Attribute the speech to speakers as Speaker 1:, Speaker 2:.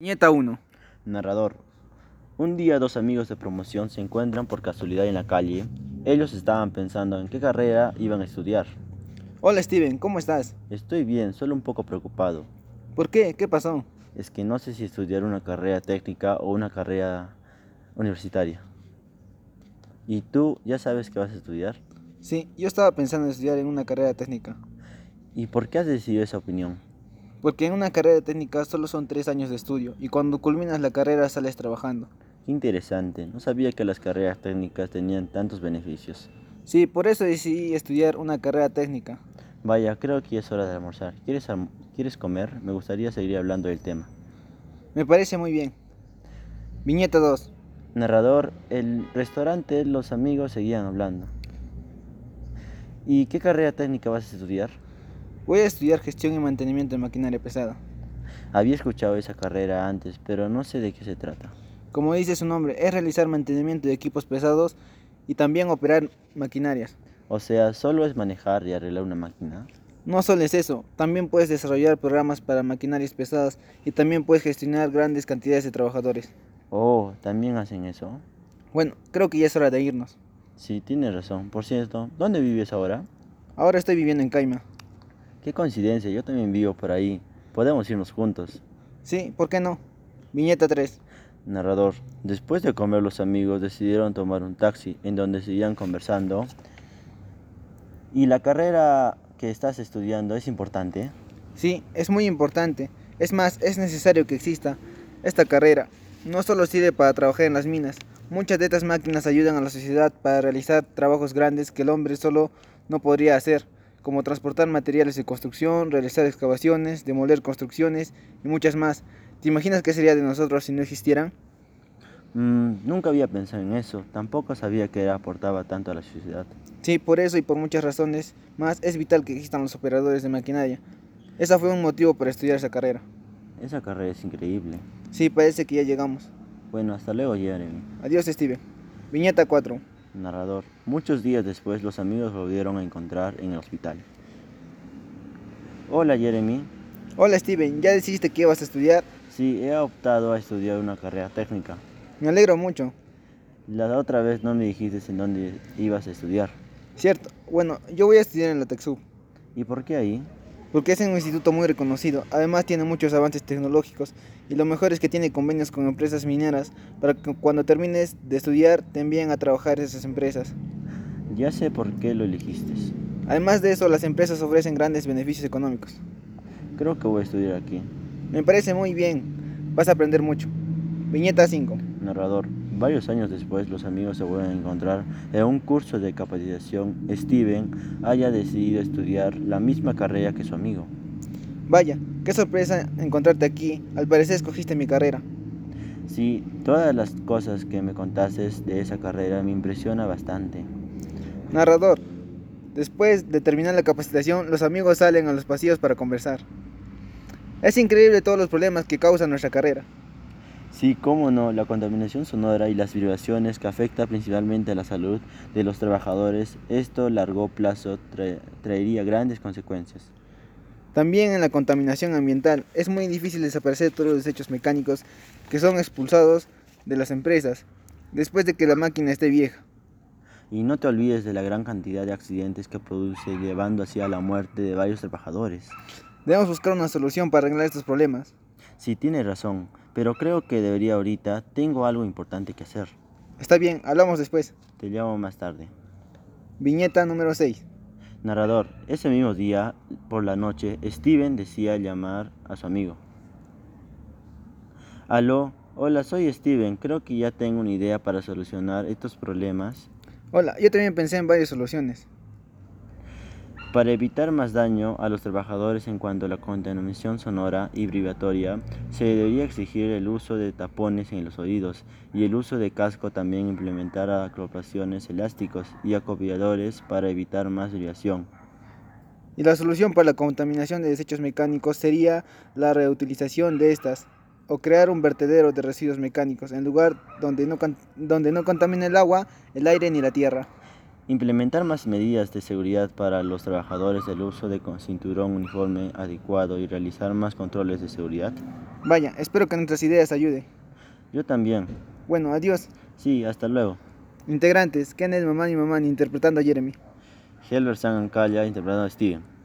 Speaker 1: Nieta 1.
Speaker 2: Narrador. Un día dos amigos de promoción se encuentran por casualidad en la calle. Ellos estaban pensando en qué carrera iban a estudiar.
Speaker 1: Hola Steven, ¿cómo estás?
Speaker 2: Estoy bien, solo un poco preocupado.
Speaker 1: ¿Por qué? ¿Qué pasó?
Speaker 2: Es que no sé si estudiar una carrera técnica o una carrera universitaria. ¿Y tú ya sabes qué vas a estudiar?
Speaker 1: Sí, yo estaba pensando en estudiar en una carrera técnica.
Speaker 2: ¿Y por qué has decidido esa opinión?
Speaker 1: Porque en una carrera técnica solo son tres años de estudio y cuando culminas la carrera sales trabajando.
Speaker 2: Qué interesante, no sabía que las carreras técnicas tenían tantos beneficios.
Speaker 1: Sí, por eso decidí estudiar una carrera técnica.
Speaker 2: Vaya, creo que ya es hora de almorzar. ¿Quieres, alm- ¿Quieres comer? Me gustaría seguir hablando del tema.
Speaker 1: Me parece muy bien. Viñeta 2.
Speaker 2: Narrador, el restaurante, los amigos seguían hablando. ¿Y qué carrera técnica vas a estudiar?
Speaker 1: Voy a estudiar gestión y mantenimiento de maquinaria pesada.
Speaker 2: Había escuchado esa carrera antes, pero no sé de qué se trata.
Speaker 1: Como dice su nombre, es realizar mantenimiento de equipos pesados y también operar maquinarias.
Speaker 2: O sea, solo es manejar y arreglar una máquina.
Speaker 1: No solo es eso, también puedes desarrollar programas para maquinarias pesadas y también puedes gestionar grandes cantidades de trabajadores.
Speaker 2: Oh, también hacen eso.
Speaker 1: Bueno, creo que ya es hora de irnos.
Speaker 2: Sí, tienes razón. Por cierto, ¿dónde vives ahora?
Speaker 1: Ahora estoy viviendo en Caima.
Speaker 2: Qué coincidencia, yo también vivo por ahí. Podemos irnos juntos.
Speaker 1: Sí, ¿por qué no? Viñeta 3.
Speaker 2: Narrador, después de comer los amigos decidieron tomar un taxi en donde seguían conversando. ¿Y la carrera que estás estudiando es importante?
Speaker 1: Sí, es muy importante. Es más, es necesario que exista esta carrera. No solo sirve para trabajar en las minas. Muchas de estas máquinas ayudan a la sociedad para realizar trabajos grandes que el hombre solo no podría hacer, como transportar materiales de construcción, realizar excavaciones, demoler construcciones y muchas más. ¿Te imaginas qué sería de nosotros si no existieran?
Speaker 2: Mm, nunca había pensado en eso, tampoco sabía que aportaba tanto a la sociedad.
Speaker 1: Sí, por eso y por muchas razones más es vital que existan los operadores de maquinaria. Esa fue un motivo para estudiar esa carrera.
Speaker 2: Esa carrera es increíble.
Speaker 1: Sí, parece que ya llegamos.
Speaker 2: Bueno, hasta luego, Jeremy.
Speaker 1: Adiós, Steve. Viñeta 4.
Speaker 2: Narrador, muchos días después los amigos volvieron a encontrar en el hospital. Hola, Jeremy.
Speaker 1: Hola, Steven. ¿Ya decidiste qué vas a estudiar?
Speaker 2: Sí, he optado a estudiar una carrera técnica.
Speaker 1: Me alegro mucho.
Speaker 2: La otra vez no me dijiste en dónde ibas a estudiar.
Speaker 1: Cierto. Bueno, yo voy a estudiar en la TechSoup,
Speaker 2: ¿Y por qué ahí?
Speaker 1: porque es un instituto muy reconocido. Además, tiene muchos avances tecnológicos y lo mejor es que tiene convenios con empresas mineras para que cuando termines de estudiar te envíen a trabajar en esas empresas.
Speaker 2: Ya sé por qué lo elegiste.
Speaker 1: Además de eso, las empresas ofrecen grandes beneficios económicos.
Speaker 2: Creo que voy a estudiar aquí.
Speaker 1: Me parece muy bien. Vas a aprender mucho. Viñeta 5.
Speaker 2: Narrador. Varios años después los amigos se vuelven a encontrar en un curso de capacitación. Steven haya decidido estudiar la misma carrera que su amigo.
Speaker 1: Vaya, qué sorpresa encontrarte aquí. Al parecer escogiste mi carrera.
Speaker 2: Sí, todas las cosas que me contaste de esa carrera me impresiona bastante.
Speaker 1: Narrador. Después de terminar la capacitación, los amigos salen a los pasillos para conversar. Es increíble todos los problemas que causa nuestra carrera.
Speaker 2: Sí, cómo no, la contaminación sonora y las vibraciones que afecta principalmente a la salud de los trabajadores, esto a largo plazo tra- traería grandes consecuencias.
Speaker 1: También en la contaminación ambiental es muy difícil desaparecer todos los desechos mecánicos que son expulsados de las empresas después de que la máquina esté vieja.
Speaker 2: Y no te olvides de la gran cantidad de accidentes que produce llevando así a la muerte de varios trabajadores.
Speaker 1: Debemos buscar una solución para arreglar estos problemas.
Speaker 2: Sí, tienes razón, pero creo que debería ahorita, tengo algo importante que hacer.
Speaker 1: Está bien, hablamos después.
Speaker 2: Te llamo más tarde.
Speaker 1: Viñeta número 6.
Speaker 2: Narrador, ese mismo día, por la noche, Steven decía llamar a su amigo. Aló, hola, soy Steven, creo que ya tengo una idea para solucionar estos problemas.
Speaker 1: Hola, yo también pensé en varias soluciones.
Speaker 2: Para evitar más daño a los trabajadores en cuanto a la contaminación sonora y vibratoria, se debería exigir el uso de tapones en los oídos y el uso de casco también implementar acoplaciones elásticos y acopiadores para evitar más vibración.
Speaker 1: Y la solución para la contaminación de desechos mecánicos sería la reutilización de estas o crear un vertedero de residuos mecánicos en lugar donde no, can- donde no contamine el agua, el aire ni la tierra.
Speaker 2: Implementar más medidas de seguridad para los trabajadores del uso de con- cinturón uniforme adecuado y realizar más controles de seguridad.
Speaker 1: Vaya, espero que nuestras ideas ayuden.
Speaker 2: Yo también.
Speaker 1: Bueno, adiós.
Speaker 2: Sí, hasta luego.
Speaker 1: Integrantes, Kenneth, Mamán y Mamán interpretando a Jeremy.
Speaker 2: Helbert Sangancalla interpretando a Steven.